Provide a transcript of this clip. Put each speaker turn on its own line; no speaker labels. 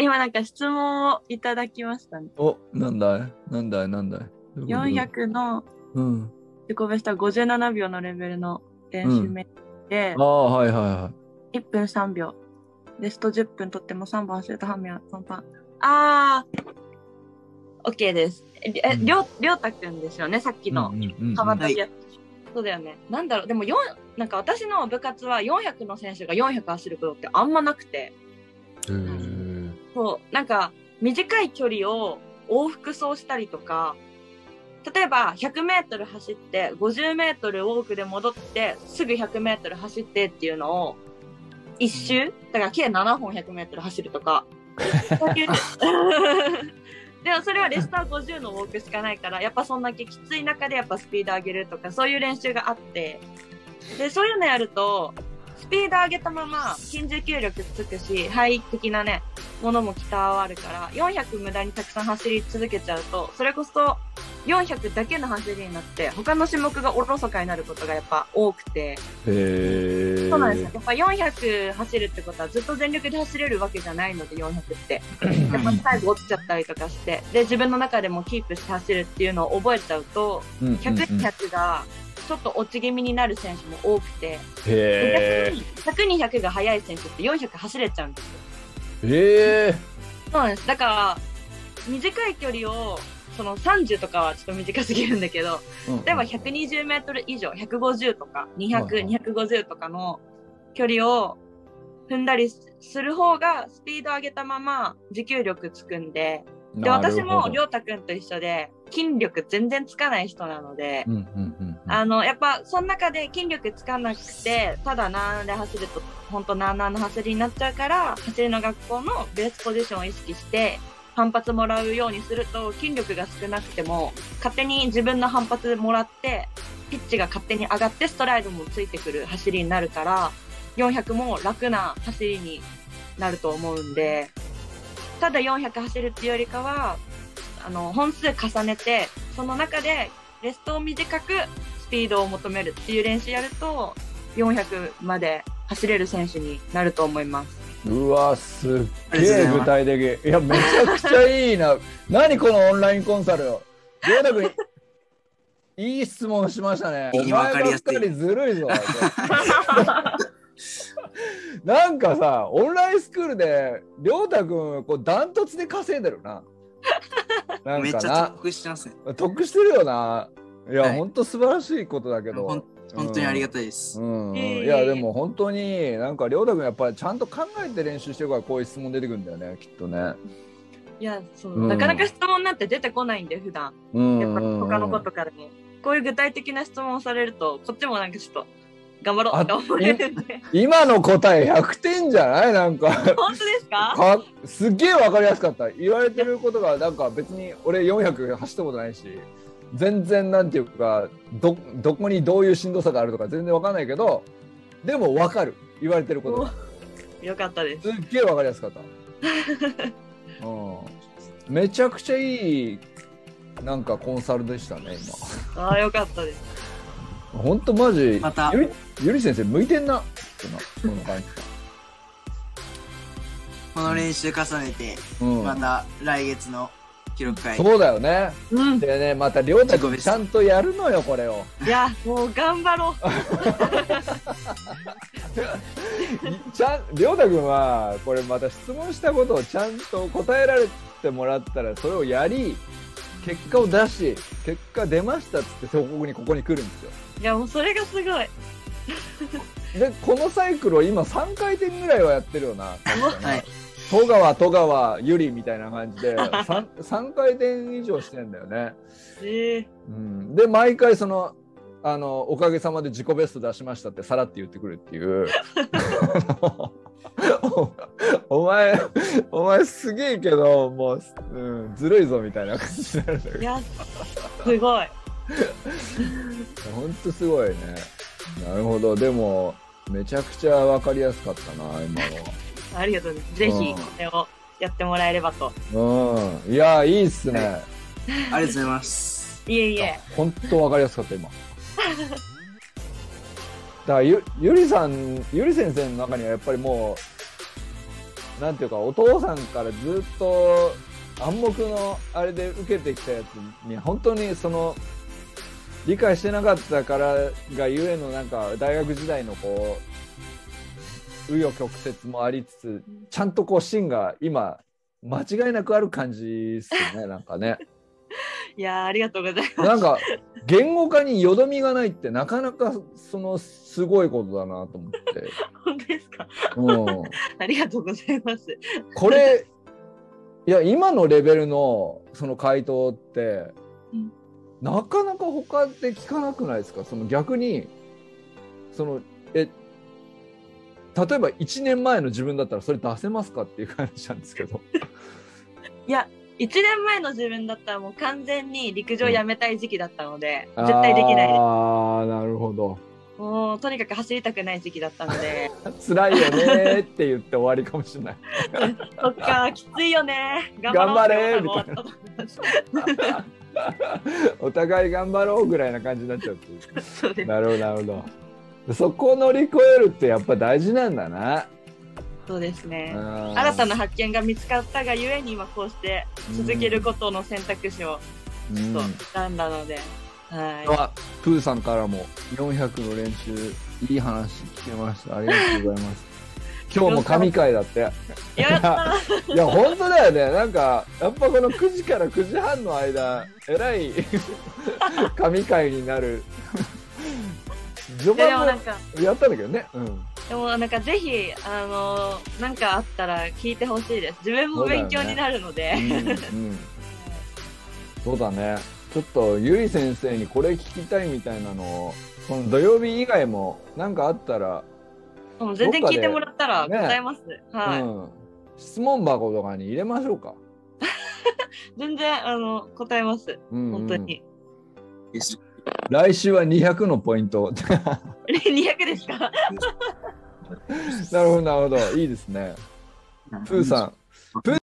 今なんか質問をいただきましたね。
お、なんだいなんだいなんだいどういうこと
400の
うん。
自己ベストは57秒のレベルの練習メニューで
あ、あ、はいはいはい。
1分3秒。ベスト10分取っても3本忘れたハムやパンパン。あー、OK です。え、え
うん
りょうりょうたくんですよね、さっきの。幅
だ
跳びやつそうだよね。なんだろう、でも4、なんか私の部活は400の選手が400走ることってあんまなくて、
うん。
そう、なんか短い距離を往復走したりとか、例えば100メートル走って50メートル多くで戻ってすぐ100メートル走ってっていうのを一周だから計7本100メートル走るとかそういうでもそれはレスター50のウォークしかないからやっぱそんだけきつい中でやっぱスピード上げるとかそういう練習があってでそういうのやるとスピード上げたまま筋持久力つくし肺的なねものも鍛わるから400無駄にたくさん走り続けちゃうとそれこそ400だけの走りになって他の種目がおろそかになることがやっぱ多くて
へえ。
そうなんですよやっぱ400走るってことはずっと全力で走れるわけじゃないので400ってやっぱ最後落ちちゃったりとかしてで自分の中でもキープして走るっていうのを覚えちゃうと
うんうんうん。
100、
へ
100がちょっと落ち気味になる選手も多くて
え
逆。に100、200が速い選手って400走れちゃうんですよ
へえ。
そうなんです。だから、短い距離を、その30とかはちょっと短すぎるんだけど、例えば120メートル以上、150とか、
はい
200、
はい
250とかの距離を踏んだりすする方が、スピード上げたまま持久力つくんで、で、
なるほ
私
ど
もりょうたくんと一緒で、筋力全然つかない人なので
う、んうんうんうん。
あの、やっぱ、その中で筋力つかなくて、ただなーんで走ると、ほんとなーなーの走りになっちゃうから、走りの学校のベースポジションを意識して、反発もらうようにすると、筋力が少なくても、勝手に自分の反発もらって、ピッチが勝手に上がって、ストライドもついてくる走りになるから、400も楽な走りになると思うんで、ただ400走るっていうよりかは、あの、本数重ねて、その中で、レストを短くスピードを求めるっていう練習やると400まで走れる選手になると思います。
うわ、すっ
あ
げ
りがと
え
う
具
ござい
体的。いや、めちゃくちゃいいな。何このオンラインコンサル。りょうたくん。いい質問しましたね。
いい
お前
わかり
ば
や
っ
すい
かりずるいぞ。なんかさ、オンラインスクールで、りょうたくん、こう、ダントツで稼いでるな。な
ます。め
ん
っちゃ
か
得してますね。
な、得してるよな。いや、
はい
ほんと素晴らしいことだけど。
ほん本当にありが
と
たいです。
うんうん、
いえいえ
いや、でも本当に、なんか、りょうたくん、やっぱりちゃんと考えて練習してるから、こういう質問出てくるんだよね、きっとね。
いや、そう、
うん
なかなか質問なんて出てこないんで、普段。
うん
やっぱり
うんうん
他のことからも。こういう具体的な質問をされると、こっちもなんかちょっと、頑張ろうって思えるんで。
今の答え100点じゃないなんか
本当ですか
かすっげえわかりやすかった言われてることがなんか別に俺400走ったことないし全然なんていうかどどこにどういうしんどさがあるとか全然わかんないけどでもわかる言われてることが
よかったです。
すっげえわかりやす かったうんめちゃくちゃいいなんかコンサルでしたね
ああ、よかったです。
今ほんとマジ
また
ゆりゆり先生向いてんなってなこの感じ
この練習重ねて、
うん
また来月の記録会。
そうだよね
うん。
でねまたりょうたくんちゃんとやるのよこれ を
いや、もう頑張ろう。
いちゃんりょうたくんはこれまた質問したことをちゃんと答えられてもらったらそれをやり結果を出し結果出ましたっつって報告にここに来るんですよ
いや、もうそれがすごい。も
でこのサイクルを今3回転ぐらいはやってるよな確か
は
に
い。
戸川戸川ゆりみたいな感じ で 3, 回転以上してんだよね
うえー
うんで毎回そのあの「おかげさまで自己ベスト出しました」ってさらって言ってくるっていう おお前お前すげえけどもう、うん、ずるいぞみたいな感じになるんだけ
い
ど
や、すごい。
ほんとすごいねなるほどでもめちゃくちゃ分かりやすかったな今
ありがとうございます。ぜひ、
うん
これをやってもらえればと。
のうんいやいいっすね
ありがとうございます。
いえいえ。
本当わかりやすかった今だからゆゆりさんゆり先生の中にはやっぱりもなんていうかお父さんからずっと暗黙のあれで受けてきたやつに本当にその理解してなかったからがゆえのなんか大学時代のこう紆余曲折もありつつちゃんとこう芯が今間違いなくある感じですよねなんかね。
いやーありがとうございます。
なんか言語化によどみがないってなかなかそのすごいことだなと思って。
本当ですか。
うん
ありがとうございます。
これいや今のレベルのその回答って、
うん
なかなか他で聞かなくないですかその逆にそのえ例えば1年前の自分だったらそれ出せますかっていう感じなんですけど
1年前の自分だったらもう完全に陸上やめたい時期だったので、絶対できないで
ああなるほど
す。もうとにかく走りたくない時期だったの で、
辛いよねーって言って終わりかもしれない
そっか、きついよね。
頑張
頑
れ
張ろう
お互い頑張ろうぐらいな感じになっちゃうっていう
そうです。
なるほどなるほどそこを乗り越えるってやっぱ大事なんだな
そうですね。新
新
たな発見が見つかったがゆえに今こうして続けることの選択肢を
と、うん
と
うん
選んだので、は
あプーさんからも400の練習いい話聞けましたありがとうございます 今日も神回だって
い。 やった
いや本当だよねなんかやっぱこの9時から9時半の間えらい神回になる序
ーでもな
盤
んか、
もやったんだけどね うん
でもなんかぜひ、あのーなんかあったら聞いてほしいです。自分も勉強になるので。
うんうんそうだね。ちょっとゆり先生にこれ聞きたいみたいなのを、この土曜日以外もなんかあったら、
もう全然聞いてもらったら
ね
答えます。はい、
うん、質問箱とかに入れましょうか。
全然、あの、答えます。
うんうん
本当。に。
です
来週は200のポイント。
200ですか
なるほど、なるほど。いいですね。プーさん。